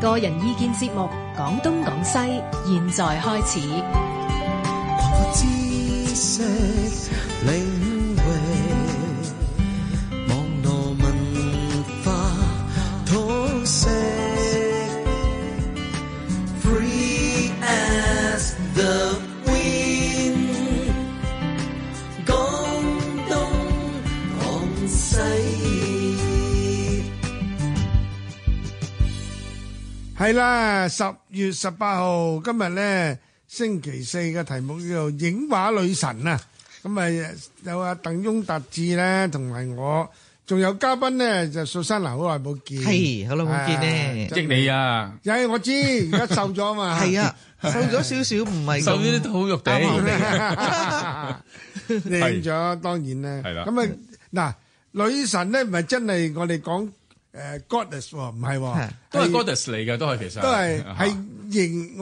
個人意見節目《廣東廣西》，現在開始。知識領域，網絡文化通識，free as the wind。廣東廣西。系啦，十月十八號今日咧星期四嘅題目叫做《影畫女神》啊，咁啊有阿鄧翁達志咧，同埋我，仲有嘉賓咧就素珊娜，好耐冇見，係好耐冇見呢啊益你啊，真係我知而家瘦咗啊嘛， 係啊，瘦咗少少唔係咁瘦咗啲肚肉地， 靚咗當然啦，係啦咁啊嗱，女神咧唔係真係我哋講誒 goddess 喎，唔係喎係，都係係 goddess 嚟嘅，都係其實都係啊係形我。